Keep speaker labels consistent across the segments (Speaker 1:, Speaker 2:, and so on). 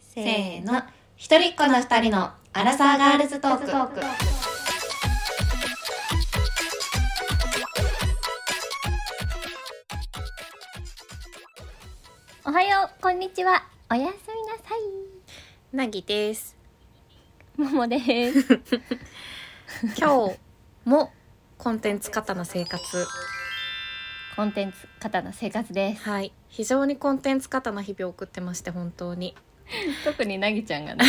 Speaker 1: せーの一人っ子の二人のアラサーガールズトーク
Speaker 2: おはようこんにちはおやすみなさい
Speaker 1: なぎです
Speaker 2: ももです
Speaker 1: 今日もコンテンツ型の生活
Speaker 2: コンテンツ方の生活です
Speaker 1: はい非常にコンテンツ型の日々を送ってまして本当に
Speaker 2: 特になぎちゃんがね、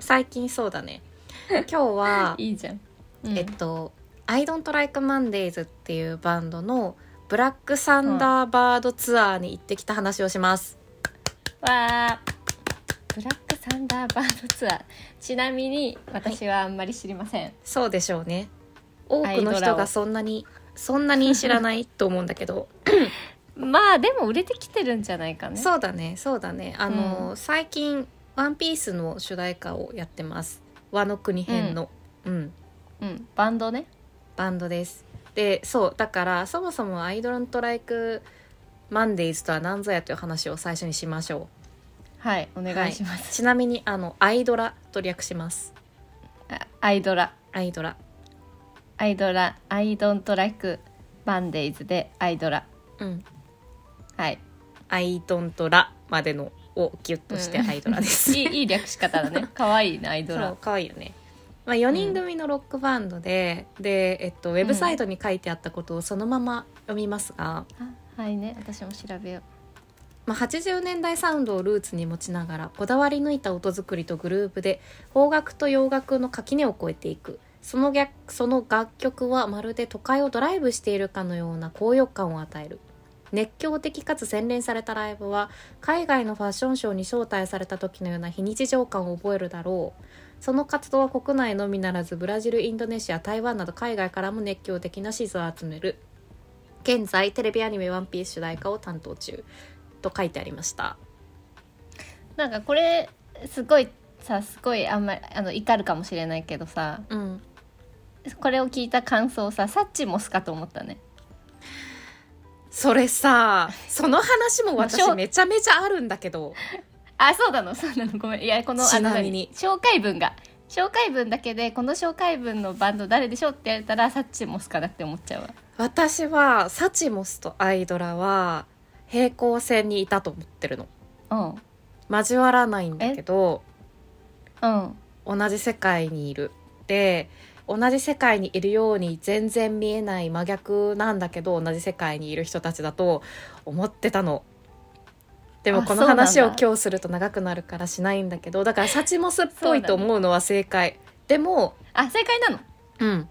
Speaker 1: 最近そうだね今日は
Speaker 2: いいじゃん、うん
Speaker 1: えっと「I don't like Mondays」っていうバンドのブラックサンダーバードツアーに行ってきた話をします、
Speaker 2: わーブラックサンダーバードツアーちなみに私はあんまり知りません、
Speaker 1: そうでしょうね多くの人がそんなにそんなに知らないと思うんだけど
Speaker 2: まあでも売れてきてるんじゃないかね
Speaker 1: そうだねそうだねあの、
Speaker 2: うん
Speaker 1: 最近「ワンピースの主題歌をやってます和の国編の、うん
Speaker 2: うんバンドね
Speaker 1: バンドですでそうだからそもそも「アイドルトライクマンデイズとは何ぞや」という話を最初にしましょ
Speaker 2: はいお
Speaker 1: う
Speaker 2: 願いします、
Speaker 1: はいちなみにあの「アイドラ」と略します
Speaker 2: あアイドラ
Speaker 1: アイドラ
Speaker 2: アイドラアイドントライクバンデイズでアイドラ
Speaker 1: うん
Speaker 2: はい
Speaker 1: アイドントラまでのをギュッとして
Speaker 2: うん
Speaker 1: アイドラです、
Speaker 2: いいいい略し方だ ね可愛いなアイド
Speaker 1: そ
Speaker 2: ラ
Speaker 1: う可愛いよね、まあ、4人組のロックバンドで、で、えっと、ウェブサイトに書いてあったことをそのまま読みますが、
Speaker 2: あはいね私も調べよう
Speaker 1: まあ、80年代サウンドをルーツに持ちながらこだわり抜いた音作りとグループで邦楽と洋楽の垣根を越えていくその逆その楽曲はまるで都会をドライブしているかのような高揚感を与える熱狂的かつ洗練されたライブは海外のファッションショーに招待された時のような非日常感を覚えるだろうその活動は国内のみならずブラジルインドネシア台湾など海外からも熱狂的な支持を集める現在テレビアニメ「ワンピース主題歌を担当中と書いてありました
Speaker 2: なんかこれすごいさすごいあんまりあの怒るかもしれないけどさ
Speaker 1: うん
Speaker 2: これを聞いた感想さサッチもすかと思ったね
Speaker 1: そ れさその話も私
Speaker 2: まあしょう
Speaker 1: めちゃめちゃあるんだけど
Speaker 2: あそうなの そうなのごめんいやこのあの
Speaker 1: ちなみに
Speaker 2: 何紹介文が紹介文だけでこの紹介文のバンド誰でしょうって言われたらサッチもすかだって思っちゃうわ
Speaker 1: 私はサチモスとアイドラは平行線にいたと思ってるの
Speaker 2: うん
Speaker 1: 交わらないんだけど
Speaker 2: うん
Speaker 1: 同じ世界にいるで同じ世界にいるように全然見えない真逆なんだけど同じ世界にいる人たちだと思ってたのでも
Speaker 2: あそ
Speaker 1: この
Speaker 2: うなんだ
Speaker 1: 話を今日すると長くなるからしないんだけどだからサチモスっぽいと思うのは正解でも
Speaker 2: あ正解なの
Speaker 1: うん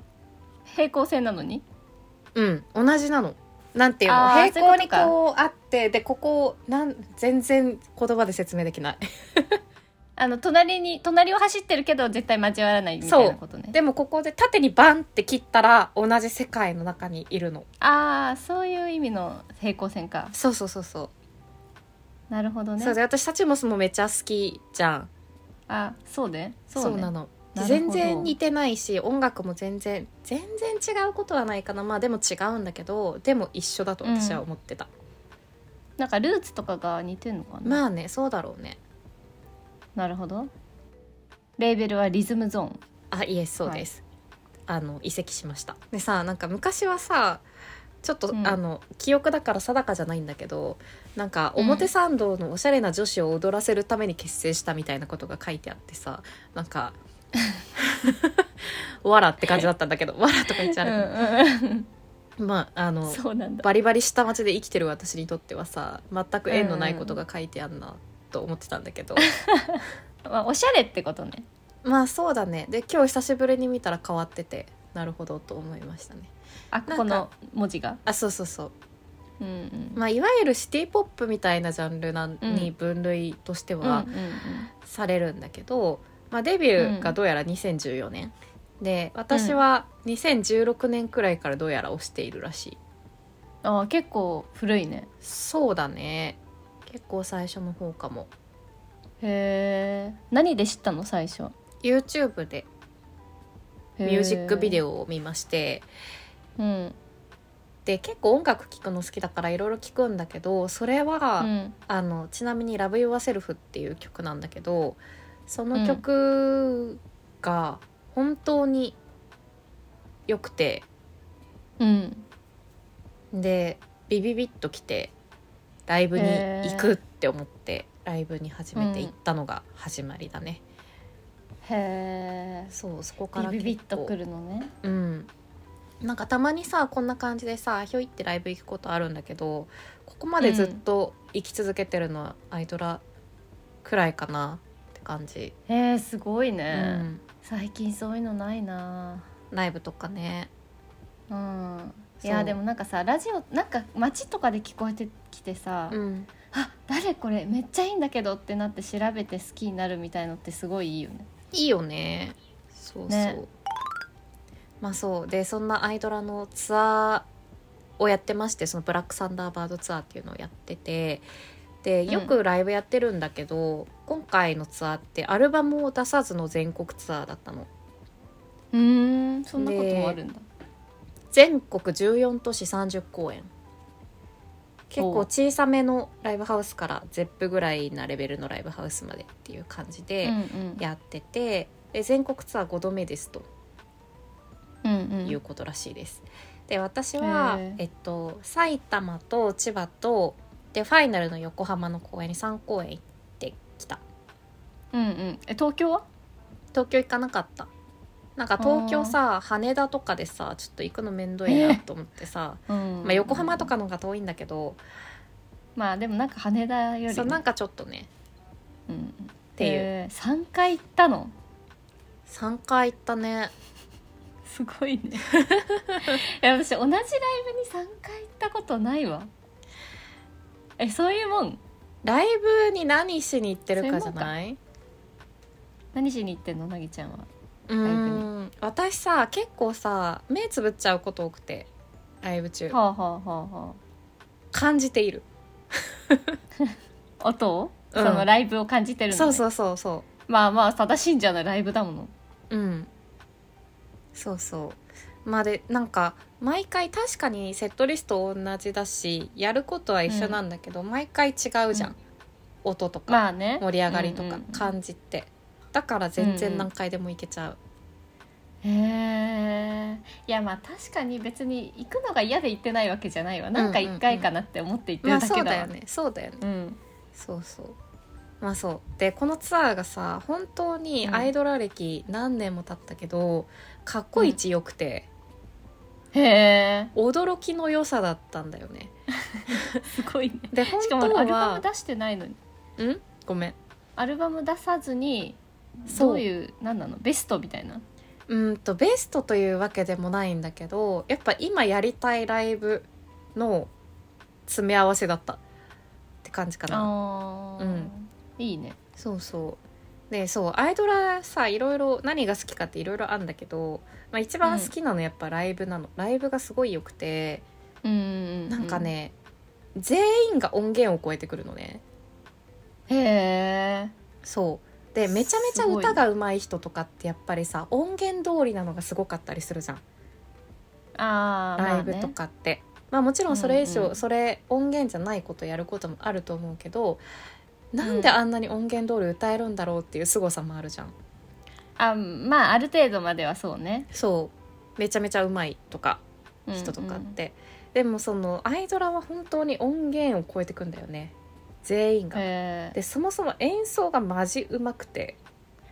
Speaker 2: 平行線なのに
Speaker 1: うん同じなのなんていうの
Speaker 2: あー
Speaker 1: 平行に
Speaker 2: そう
Speaker 1: こうあってでここなん全然言葉で説明できない
Speaker 2: あの隣に隣を走ってるけど絶対交わらないみたいなことね
Speaker 1: でもここで縦にバンって切ったら同じ世界の中にいるの
Speaker 2: ああそういう意味の平行線か
Speaker 1: そうそうそうそう
Speaker 2: なるほどね
Speaker 1: そうで私サチモスもめっちゃ好きじゃん
Speaker 2: あそうね
Speaker 1: そう,、
Speaker 2: そうね
Speaker 1: なの
Speaker 2: なるほど
Speaker 1: 全然似てないし音楽も全然全然違うことはないかなまあでも違うんだけどでも一緒だと私は思ってた、
Speaker 2: なんかルーツとかが似てるのかな、
Speaker 1: まあねそうだろうね
Speaker 2: なるほどレーベルはリズムゾーン
Speaker 1: あいえそうです、あの移籍しましたでさなんか昔はさちょっと、
Speaker 2: うん
Speaker 1: あの記憶だから定かじゃないんだけどなんか表参道のおしゃれな女子を踊らせるために結成したみたいなことが書いてあってさなんか わらって感じだったんだけど わらとか言っちゃう、
Speaker 2: うん
Speaker 1: まああ
Speaker 2: うん、
Speaker 1: の
Speaker 2: そうなんだ
Speaker 1: バリバリ下町で生きてる私にとってはさ全く縁のないことが書いてあんなと思ってたんだ けど、
Speaker 2: まあおしゃれってことね
Speaker 1: まあそうだねで今日久しぶりに見たら変わっててなるほどと思いましたね
Speaker 2: あここの文字が
Speaker 1: あそうそうそう、
Speaker 2: うんうん
Speaker 1: まあ、いわゆるシティポップみたいなジャンルなん
Speaker 2: うん
Speaker 1: に分類として
Speaker 2: うん
Speaker 1: は
Speaker 2: うんうん
Speaker 1: されるんだけど、まあ、デビューがどうやら2014年、で私は2016年くらいからどうやら推しているらしい
Speaker 2: あー結構古いね
Speaker 1: そうだね結構最初の方かも
Speaker 2: へえ何で知ったの最初
Speaker 1: YouTube でミュージックビデ
Speaker 2: オ
Speaker 1: オを見まして
Speaker 2: うん
Speaker 1: って結構音楽聴くの好きだからいろいろ聴くんだけどそれは、
Speaker 2: うん
Speaker 1: あのちなみに「Love Yourself」っていう曲なんだけどその曲が本当に良くて
Speaker 2: うん
Speaker 1: でビビビッと来てライブに行くって思って、ライブに初めて行ったのが始まりだね、
Speaker 2: へえ
Speaker 1: そうそこから
Speaker 2: ビビビッ
Speaker 1: 結構
Speaker 2: とくるのね
Speaker 1: うんなんかたまにさこんな感じでさひょいってライブ行くことあるんだけどここまでずっと生き続けてるのはアイドラくらいかなって感じ、
Speaker 2: へえすごいうね、
Speaker 1: ん、
Speaker 2: 最近そういうのないな
Speaker 1: ライブとかね
Speaker 2: うんい
Speaker 1: そ
Speaker 2: や
Speaker 1: う
Speaker 2: でもなんかさラジオなんか街とかで聞こえてきてさ、
Speaker 1: うん
Speaker 2: あ誰これめっちゃいいんだけどってなって調べて好きになるみたいのってすごいいいよね
Speaker 1: いいよねそうそう、
Speaker 2: ね
Speaker 1: まあそうでそんなアイドラのツアーをやってましてそのブラックサンダーバードツアーっていうのをやっててでよくライブやってるんだけど、今回のツアーってアルバムを出さずの全国ツアーだったの
Speaker 2: うーんそんなこともあるんだ
Speaker 1: 全国14都市30公演結構
Speaker 2: お
Speaker 1: 小さめのライブハウスから ZEP ぐらいなレベルのライブハウスまでっていう感じ
Speaker 2: うんう
Speaker 1: で
Speaker 2: ん
Speaker 1: やってて、で全国ツアー5度目ですと
Speaker 2: うん
Speaker 1: いう
Speaker 2: う
Speaker 1: ことらしいです。で私は
Speaker 2: へー、
Speaker 1: えっと、埼玉と千葉とでファイナルの横浜の公演に3公演行ってきた
Speaker 2: んうんえ東京は
Speaker 1: 東京行かなかったなんか東京さ羽田とかでさちょっと行くのめんどいなと思ってさ、
Speaker 2: うん
Speaker 1: まあ、横浜とかの方が遠いんだけど、
Speaker 2: まあでもなんか羽田より
Speaker 1: そうなん
Speaker 2: か
Speaker 1: かちょっとね
Speaker 2: うんっ
Speaker 1: っていう、
Speaker 2: 3回行ったの
Speaker 1: 3回行ったね
Speaker 2: すごいね いや私同じライブに3回行ったことないわえそういうもん
Speaker 1: ライブに何しに行ってるかじゃない
Speaker 2: 何しに行ってんのなぎちゃんは
Speaker 1: う
Speaker 2: イブに
Speaker 1: ん私さ結構さ目つぶっちゃうこと多くてライブ中
Speaker 2: はあはあはあは
Speaker 1: 感じている
Speaker 2: あ音を、
Speaker 1: うん
Speaker 2: そのライブを感じてるの、ね、
Speaker 1: そうそうそうそ
Speaker 2: まあまあ正しいんじゃないライブだもの
Speaker 1: ううんそうそうまあでなんか毎回確かにセットリスト同じだしやることは一緒なんだけど、毎回違うじゃん、
Speaker 2: うん
Speaker 1: 音とか、
Speaker 2: まあね
Speaker 1: 盛り上がりとか
Speaker 2: うん
Speaker 1: 感じって、だから全
Speaker 2: うんう
Speaker 1: 然
Speaker 2: ん
Speaker 1: 何回でもいけちゃう、
Speaker 2: うんへえいやまあ確かに別に行くのが嫌で行ってないわけじゃないわなんか
Speaker 1: うんうんうん
Speaker 2: 一回かなって思って行って
Speaker 1: ま
Speaker 2: る
Speaker 1: あ
Speaker 2: だ
Speaker 1: そ
Speaker 2: け
Speaker 1: う
Speaker 2: だ
Speaker 1: だ
Speaker 2: わ
Speaker 1: よねそうだよね
Speaker 2: うん
Speaker 1: そうそうまあそうでこのツアーがさ本当にアイドラ歴何年も経ったけど、かっこいち良くて、
Speaker 2: へえ
Speaker 1: 驚きの良さだったんだよね
Speaker 2: すごいね
Speaker 1: で 本
Speaker 2: し
Speaker 1: 当
Speaker 2: か
Speaker 1: は
Speaker 2: もアルバム出してないのに
Speaker 1: うんごめん
Speaker 2: アルバム出さずに
Speaker 1: そう
Speaker 2: どういう何なのベストみたいな
Speaker 1: うんとベストというわけでもないんだけどやっぱ今やりたいライブの詰め合わせだったって感じかな
Speaker 2: あー
Speaker 1: うん
Speaker 2: いいね
Speaker 1: そうそうでそうアイドラさいろいろ何が好きかっていろいろあるんだけど、まあ、一番好きなのやっぱライブなの、ライブがすごい良くて
Speaker 2: うんうんう
Speaker 1: なんかね、全員が音源を超えてくるのね
Speaker 2: へえ
Speaker 1: そうでめちゃめちゃ
Speaker 2: すごいね
Speaker 1: 歌が上手い人とかってやっぱりさ音源通りなのがすごかったりするじゃん
Speaker 2: あー
Speaker 1: ライブとかって、まあもちろんそれ以上、
Speaker 2: うんうん
Speaker 1: それ音源じゃないことやることもあると思うけどなんであんなに音源通り歌えるんだろうっていう凄さもあるじゃん
Speaker 2: まあねあまあある程度まではそうね
Speaker 1: そうめちゃめちゃうまいとか人とかって、でもそのアイドラは本当に音源を超えてくんだよね全員が。
Speaker 2: へえ
Speaker 1: でそもそも演奏がマジうまくて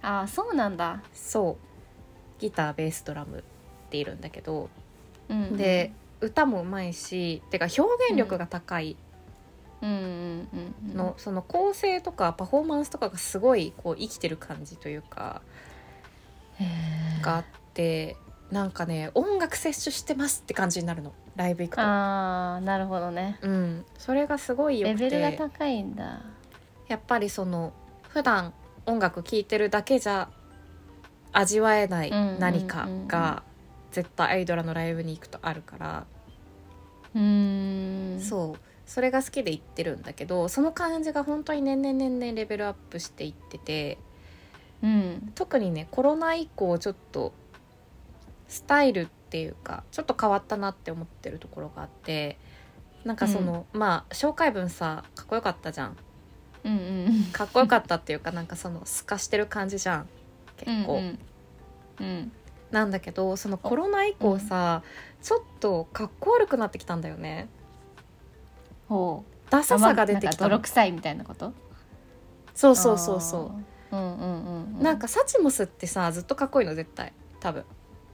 Speaker 2: ああそうなんだ、
Speaker 1: そうギターベースドラムっているんだけど
Speaker 2: うんうん
Speaker 1: で歌もうまいしてか表現力が高い
Speaker 2: うんうんうんうん
Speaker 1: の、その構成とかパフォーマンスとかがすごいこう生きてる感じというか
Speaker 2: へえ
Speaker 1: があってなんかね音楽摂取してますって感じになるのライブ行くと。
Speaker 2: あーなるほどね
Speaker 1: うん、それがすごいよ
Speaker 2: レ
Speaker 1: くて
Speaker 2: ベルが高いんだ
Speaker 1: やっぱりその普段音楽聴いてるだけじゃ味わえない何
Speaker 2: う
Speaker 1: か
Speaker 2: んうんうんうん
Speaker 1: が絶対アイドラのライブに行くとあるから、
Speaker 2: うーんう
Speaker 1: そうそれが好きで行ってるんだけどその感じが本当に年々年々レベルアップしていってて
Speaker 2: うん
Speaker 1: 特にねコロナ以降ちょっとスタイルっていうかちょっと変わったなって思ってるところがあってなんかその、まあ紹介文さかっこよかったじゃん
Speaker 2: うんうん
Speaker 1: かっこよかったっていうかなんかその透かしてる感じじゃん結構、
Speaker 2: うんうんうん
Speaker 1: なんだけどそのコロナ以降さ、ちょっとかっこ悪くなってきたんだよね
Speaker 2: ほう
Speaker 1: ダサさが出て
Speaker 2: なんか
Speaker 1: きたの
Speaker 2: 泥臭いみたいなこと
Speaker 1: そうそうそうそう
Speaker 2: うんうんうんう
Speaker 1: うなんかサチモスってさずっとかっこいいの絶対多分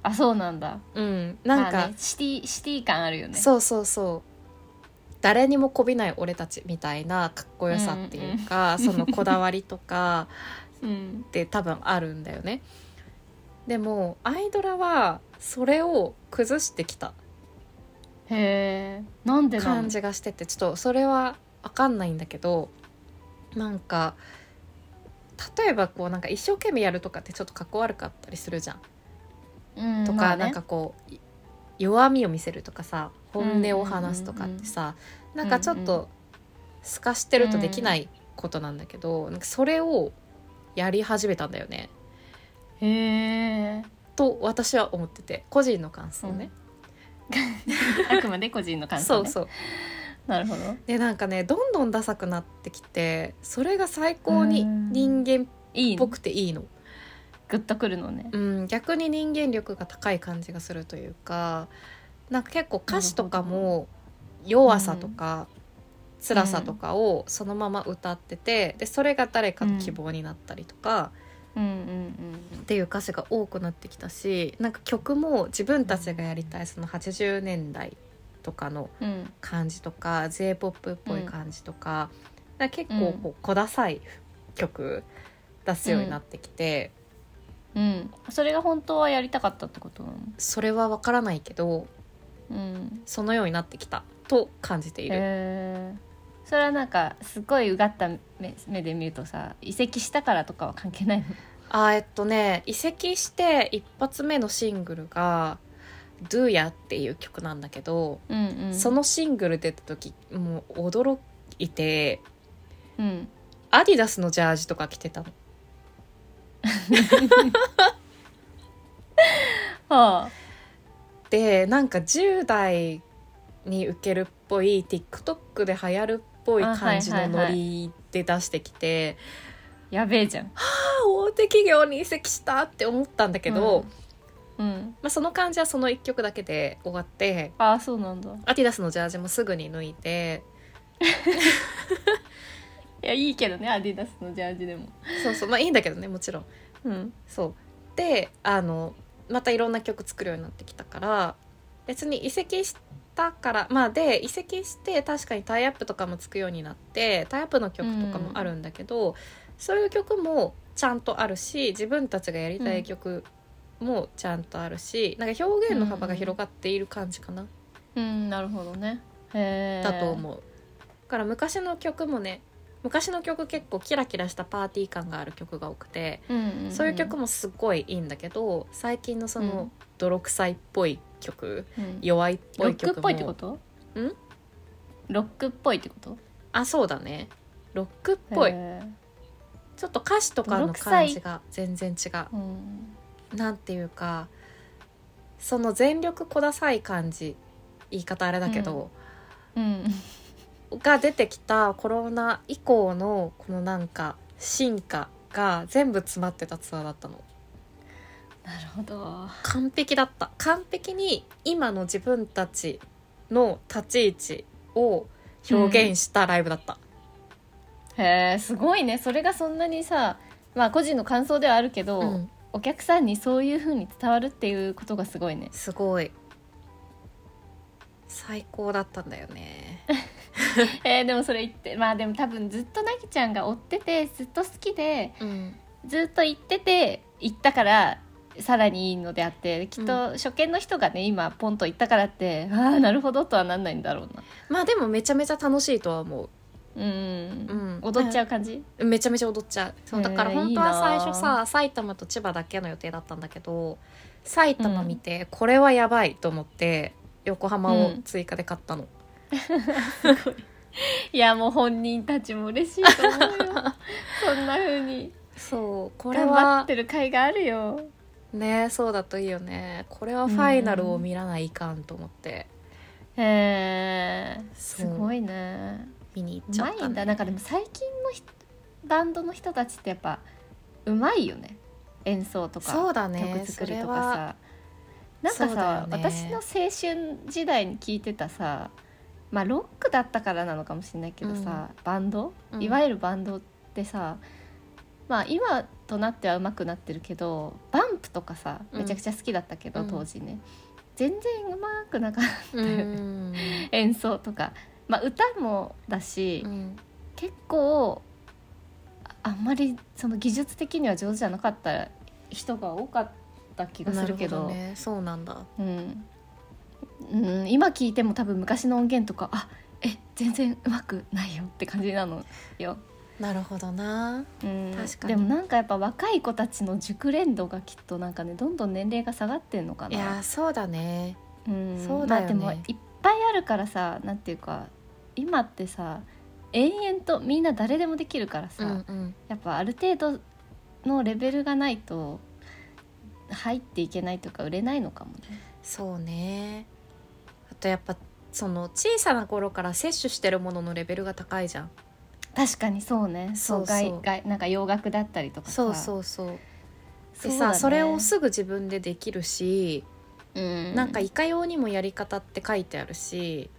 Speaker 2: あそうなんだ
Speaker 1: うんなんか、
Speaker 2: まあね、シティシティ感あるよね
Speaker 1: そうそうそう誰にもこびない俺たちみたいなかっこよさっていうか、そのこだわりとか
Speaker 2: うん
Speaker 1: って多分あるんだよねでもアイドラはそれを崩してきた
Speaker 2: へえなんでなん
Speaker 1: 感じがしててちょっとそれは分かんないんだけどなんか例えばこうなんか一生懸命やるとかってちょっとかっこ悪かったりするじゃん。
Speaker 2: うん
Speaker 1: とか、
Speaker 2: まあね
Speaker 1: なんかこうい弱みを見せるとかさ本音を話すとかってさ、なんかちょっ
Speaker 2: うん
Speaker 1: と透かしてるとできないことなんだけど、なんかそれをやり始めたんだよね
Speaker 2: へえ
Speaker 1: と私は思ってて個人の感想ね。
Speaker 2: あくまで個人の感想、
Speaker 1: そ
Speaker 2: ね、
Speaker 1: うそう
Speaker 2: なるほど
Speaker 1: でなんかねどんどんダサくなってきてそれが最高に
Speaker 2: うん
Speaker 1: 人間っ
Speaker 2: いい
Speaker 1: ぽ
Speaker 2: ね
Speaker 1: くていいの。
Speaker 2: グッとくるのね
Speaker 1: うん、逆に人間力が高い感じがするというかなんか結構歌詞とかも弱さとか辛さとかをそのまま歌ってて、でそれが誰かの希望になったりとか、
Speaker 2: うんうん
Speaker 1: っていう歌詞が多くなってきたしなんか曲も自分たちがやりたいその80年代とかの
Speaker 2: うんうん
Speaker 1: 感じとか j p o p っぽい感じとか,、結構こう小ださい曲出すようになってきて、
Speaker 2: うんそれが本当はやりたかったってことなの
Speaker 1: それは分からないけど
Speaker 2: うん
Speaker 1: そのようになってきたと感じている、
Speaker 2: へえそれはなんかすごいうがった目目で見るとさ移籍したからとかは関係ないの
Speaker 1: あーえっとね移籍して一発目のシングルが「Do Ya」っていう曲なんだけど、
Speaker 2: うんうん
Speaker 1: そのシングル出た時もう驚いて
Speaker 2: うん
Speaker 1: アディダスのジャージとか着てたの
Speaker 2: はあ
Speaker 1: でなんか10代に受けるっぽい TikTok で流行るっぽい感じの
Speaker 2: あはいはい
Speaker 1: ノ
Speaker 2: はい
Speaker 1: リで出してきて、
Speaker 2: やべえじゃん
Speaker 1: あ大手企業に移籍したって思ったんだけど、ま
Speaker 2: うん
Speaker 1: あ、その感じはその1曲だけで終わって
Speaker 2: ああそうなんだ
Speaker 1: アディダスのジャージもすぐに抜いて
Speaker 2: いやいいけどねアディダスのジャージでも
Speaker 1: そうそうまあいいんだけどねもちろん
Speaker 2: うん
Speaker 1: そうであのまたいろんな曲作るようになってきたから別に移籍したからまあで移籍して確かにタイアップとかもつくようになってタイアップの曲とかもあるんだけど、そういう曲もちゃんとあるし自分たちがやりたい曲もちゃんとあるし、なんか表現の幅が広がっている感じかな、
Speaker 2: うんなるほどねへえ
Speaker 1: だと思う、だから昔の曲もね昔の曲結構キラキラしたパーティー感がある曲が多くて、
Speaker 2: う、うんうん、
Speaker 1: そういう曲もすごいいいんだけど最近のその泥臭いっぽい曲、
Speaker 2: うん
Speaker 1: 弱いっぽ
Speaker 2: ロ
Speaker 1: い
Speaker 2: ック
Speaker 1: 曲
Speaker 2: っ
Speaker 1: も
Speaker 2: ぽいってことんロックっぽいってこと
Speaker 1: あそうだねロックっぽい
Speaker 2: へー
Speaker 1: ちょっと歌詞とかの
Speaker 2: 泥臭
Speaker 1: 感
Speaker 2: い
Speaker 1: じが全然違
Speaker 2: うん
Speaker 1: うなんていうかその全力こださい感じ言い方あれだけど、
Speaker 2: うん
Speaker 1: が出てきたコロナ以降のこのなんか進化が全部詰まってたツアーだったの
Speaker 2: なるほど
Speaker 1: 完璧だった完璧に今の自分たちの立ち位置を表現したライブだった、
Speaker 2: へえすごいねそれがそんなにさまあ個人の感想ではあるけど、
Speaker 1: うん
Speaker 2: お客さんにそういう風に伝わるっていうことがすごいね
Speaker 1: すごい最高だったんだよね
Speaker 2: えーでもそれ言ってまあでも多分ずっとなぎちゃんが追っててずっと好きで
Speaker 1: うん
Speaker 2: ずっと行ってて行ったからさらにいいのであってきっと初見の人がね、今ポンと行ったからってああなるほどとはなんないんだろうな
Speaker 1: まあでもめちゃめちゃ楽しいとは思
Speaker 2: うん、
Speaker 1: う、うん、
Speaker 2: 踊っちゃう感じ、
Speaker 1: うんめちゃめちゃ踊っちゃうそう
Speaker 2: へー
Speaker 1: だから本当はい
Speaker 2: い
Speaker 1: 最
Speaker 2: な
Speaker 1: 初さ埼玉と千葉だけの予定だったんだけど埼玉見て、これはやばいと思って横浜を追加で買ったの、
Speaker 2: いやもう本人たちも嬉しいと 思うよそんな風に
Speaker 1: そうこれ
Speaker 2: 頑張
Speaker 1: は
Speaker 2: ってる甲斐があるよ
Speaker 1: ねそうだといいよねこれはファイナルを見らないかんと思って
Speaker 2: へえ
Speaker 1: そ
Speaker 2: す
Speaker 1: う
Speaker 2: ごいね
Speaker 1: 見に行っ
Speaker 2: う
Speaker 1: ちゃ
Speaker 2: ま
Speaker 1: っ
Speaker 2: い
Speaker 1: た、
Speaker 2: んだ
Speaker 1: ね、
Speaker 2: なんかでも最近のひバンドの人たちってやっぱうまいよね演奏とか
Speaker 1: そうだね
Speaker 2: 曲
Speaker 1: そ
Speaker 2: 作り
Speaker 1: れ
Speaker 2: と
Speaker 1: は
Speaker 2: かさなんか
Speaker 1: そうだよ
Speaker 2: さ、
Speaker 1: ね
Speaker 2: 私の青春時代に聴いてたさまあロックだったからなのかもしれないけどさ、バンド、
Speaker 1: うん
Speaker 2: いわゆるバンドってさまあ今となっては上手くなってるけどバンプとかさめちゃくちゃ好きだったけど、
Speaker 1: うん
Speaker 2: 当時ね全然上手くなかった
Speaker 1: うん
Speaker 2: 演奏とか、まあ、歌もだし、
Speaker 1: うん
Speaker 2: 結構ああんまりその技術的には上手じゃなかった人が多かった気がするけど
Speaker 1: なねそうなんだ
Speaker 2: うんうん、今聞いても多分昔の音源とかあえ全然うまくないよって感じなのよ。
Speaker 1: なるほどな
Speaker 2: うん、
Speaker 1: 確か
Speaker 2: で
Speaker 1: に
Speaker 2: もなんかやっぱ若い子たちの熟練度がきっとなんかねどんどん年齢が下がってんのか
Speaker 1: い
Speaker 2: な。
Speaker 1: やそうだね
Speaker 2: うん
Speaker 1: そうだよね
Speaker 2: まあ、でもいっぱいあるからさなんていうか今ってさ延々とみんな誰でもできるからさ、
Speaker 1: うんうん
Speaker 2: やっぱある程度のレベルがないと入っていけないとか売れないのかもね。
Speaker 1: そうねあとやっぱその小さな頃から摂取してるもののレベルが高いじゃん
Speaker 2: 確かにそうね
Speaker 1: そうそう
Speaker 2: 外外なんか洋楽だったりとかさ
Speaker 1: そう
Speaker 2: う
Speaker 1: そうそう
Speaker 2: そ
Speaker 1: で
Speaker 2: う
Speaker 1: さ
Speaker 2: だ
Speaker 1: そ,、
Speaker 2: ね
Speaker 1: れをすぐ自分でできるし、
Speaker 2: うん
Speaker 1: なんかいかようにもやり方って書いてあるし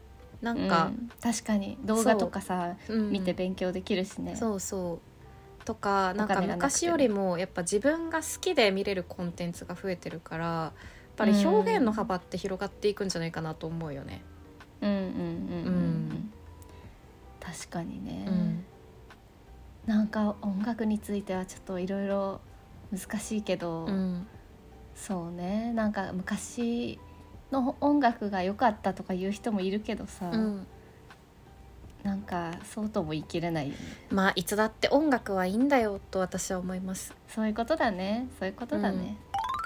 Speaker 1: なん
Speaker 2: う、
Speaker 1: か
Speaker 2: ん確かに動画とかさ
Speaker 1: うん
Speaker 2: 見て勉強できるしね。
Speaker 1: そうそうとかなんか
Speaker 2: お金がなくて
Speaker 1: 昔
Speaker 2: も
Speaker 1: よりもやっぱ自分が好きで見れるコンテンツが増えてるからやっぱり表現の幅って広がっていくんじゃないかなと思うよね。
Speaker 2: うんうんうんうんう
Speaker 1: うん
Speaker 2: ん確かにね。
Speaker 1: うん
Speaker 2: なんか音楽についてはちょっといろいろ難しいけど、
Speaker 1: うん
Speaker 2: そうねなんか昔の音楽が良かったとか言う人もいるけどさ、
Speaker 1: うん
Speaker 2: なんかそうとも言い切れないよね
Speaker 1: まあいつだって音楽はいいんだよと私は思います。
Speaker 2: そういうことだねそういうことだね、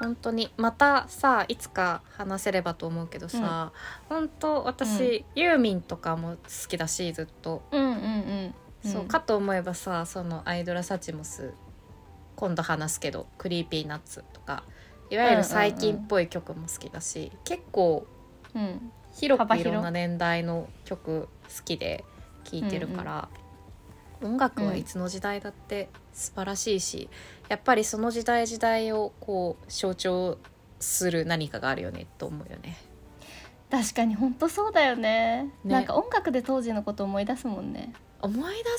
Speaker 1: 本当にまたさいつか話せればと思うけどさ、本当私、ユーミンとかも好きだしずっと、
Speaker 2: うん、うんうん
Speaker 1: そうかと思えばさそのアイドラサチモス今度話すけどクリーピーナッツとかいわゆる最近っぽい曲も好きだし、結構
Speaker 2: うん
Speaker 1: 広
Speaker 2: 幅
Speaker 1: くい
Speaker 2: 広
Speaker 1: ろんな年代の曲好きで聴いてるから、音楽はいつの時代だって素晴らしいし、やっぱりその時代時代をこう象徴する何かがあるよねと思うよね。
Speaker 2: 確かに本当そうだよね
Speaker 1: ね
Speaker 2: なんか音楽で当時のこと思い出すもんね
Speaker 1: 思い出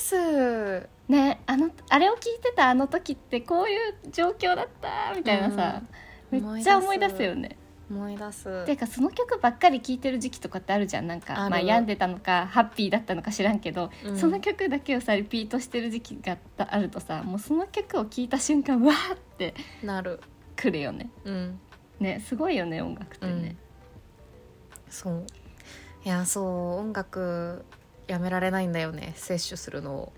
Speaker 1: す
Speaker 2: ねあのあれを聞いてたあの時ってこういう状況だったみたいなさ、めっちゃ思い出すよね
Speaker 1: 思い出す
Speaker 2: ていうかその曲ばっかり聴いてる時期とかってあるじゃんなんか
Speaker 1: ある
Speaker 2: まあ、病んでたのかハッピーだったのか知らんけど、
Speaker 1: うん
Speaker 2: その曲だけをさリピートしてる時期があるとさもうその曲を聴いた瞬間わーって
Speaker 1: なる、
Speaker 2: くるよね
Speaker 1: うん
Speaker 2: ねすごいよね音楽って
Speaker 1: う
Speaker 2: ね
Speaker 1: ん、、そういやそう音楽やめられないんだよね摂取するのを。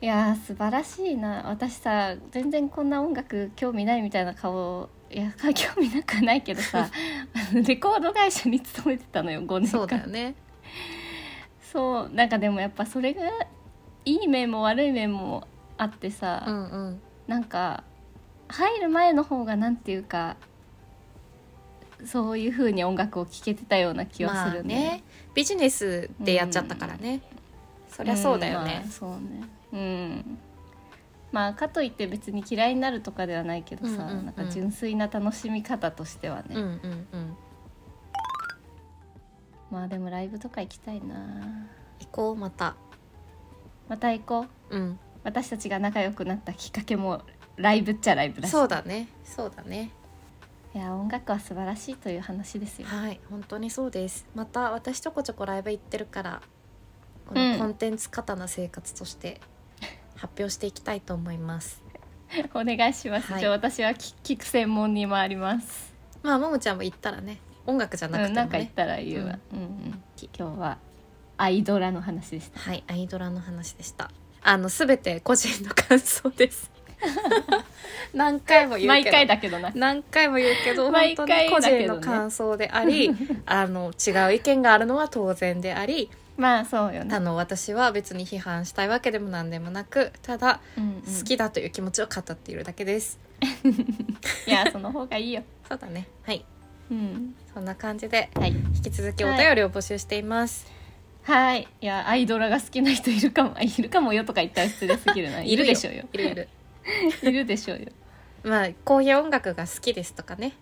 Speaker 2: いやー素晴らしいな私さ全然こんな音楽興味ないみたいな顔いや興味なくはないけど さあのレコード会社に勤めてたのよ5年間
Speaker 1: そうだよね。
Speaker 2: そうなんかでもやっぱそれがいい面も悪い面もあってさ、
Speaker 1: うんうん
Speaker 2: なんか入る前の方がなんていうかそういう風に音楽を聴けてたような気はする
Speaker 1: まあ
Speaker 2: ね。、
Speaker 1: ビジネスでやっちゃったからね、そりゃそうだよね
Speaker 2: んまあ、そうね。うん。まあかといって別に嫌いになるとかではないけどさ、
Speaker 1: うんうんうん
Speaker 2: なんか純粋な楽しみ方としてはね。
Speaker 1: うんうんうん
Speaker 2: まあでもライブとか行きたいな。
Speaker 1: 行こうまた
Speaker 2: また行こう。
Speaker 1: うん
Speaker 2: 私たちが仲良くなったきっかけもライブっちゃライブだし。
Speaker 1: そうだねそうだね
Speaker 2: いや音楽は素晴らしいという話ですよ。
Speaker 1: はい本当にそうですまた私ちょこちょこライブ行ってるからこ
Speaker 2: う
Speaker 1: の
Speaker 2: ん
Speaker 1: コンテンツ過多な生活として発表していきたいと思います、
Speaker 2: お願いします。
Speaker 1: はい
Speaker 2: じゃあ私は聞聞く専門に回ります。
Speaker 1: まあももちゃんも行ったらね音楽じゃなく
Speaker 2: う
Speaker 1: て
Speaker 2: ん、
Speaker 1: も
Speaker 2: なんか言っ
Speaker 1: ね、
Speaker 2: たら言うわ、うんうん、今日はアイドラの話でした
Speaker 1: はいアイドラの話でしたあのすべて個人の感想です 何回も言うけど
Speaker 2: 毎回だけどな
Speaker 1: 何回も言うけど本
Speaker 2: 毎
Speaker 1: 当
Speaker 2: 回
Speaker 1: に個
Speaker 2: だけ
Speaker 1: 人
Speaker 2: ど
Speaker 1: の
Speaker 2: ね
Speaker 1: 感想であり、あの違う意見があるのは当然であり
Speaker 2: まあそうよね
Speaker 1: あ、の私は別に批判したいわけでも何でもなくただ
Speaker 2: うんうん、
Speaker 1: 好きだという気持ちを語っているだけです、
Speaker 2: いやその方がいいよ
Speaker 1: そうだねはい
Speaker 2: うん
Speaker 1: そんな感じで
Speaker 2: はい
Speaker 1: 引き続きお便りを募集しています、
Speaker 2: はいいやアイドルが好きな人いるかもあいるかもよとか言ったら失礼すぎるない
Speaker 1: よ
Speaker 2: るでしょうよ
Speaker 1: いるいる
Speaker 2: いるでしょうよ
Speaker 1: まあこういう音楽が好きですとかね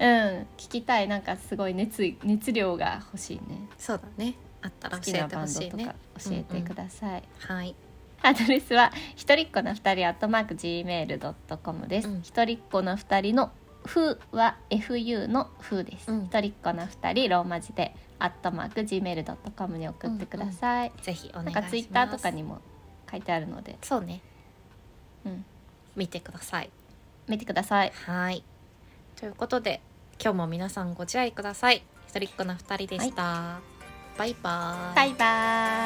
Speaker 2: うん聞きたいなんかすごい熱い熱量が欲しいね
Speaker 1: そうだねあったら
Speaker 2: 好
Speaker 1: 教
Speaker 2: き
Speaker 1: え
Speaker 2: な
Speaker 1: て
Speaker 2: バ
Speaker 1: ほ
Speaker 2: ンド
Speaker 1: しい
Speaker 2: と
Speaker 1: ね
Speaker 2: か教えてください、
Speaker 1: はい
Speaker 2: アドレスは一人っ子の二人アットマーク gmail.com です、
Speaker 1: うん
Speaker 2: 一人っ子の二人のふは fu のふです、
Speaker 1: うん
Speaker 2: 一人っ子の二人ローマ字でアットマーク gmail.com に送ってください、
Speaker 1: ぜひお願いします
Speaker 2: なんかツイッターとかにも書いてあるので、
Speaker 1: そうね
Speaker 2: うん、
Speaker 1: 見てください
Speaker 2: 見てください
Speaker 1: はいということで今日も皆さんご自愛ください一人っ子な二人でした、バイバーイ
Speaker 2: バイバーイ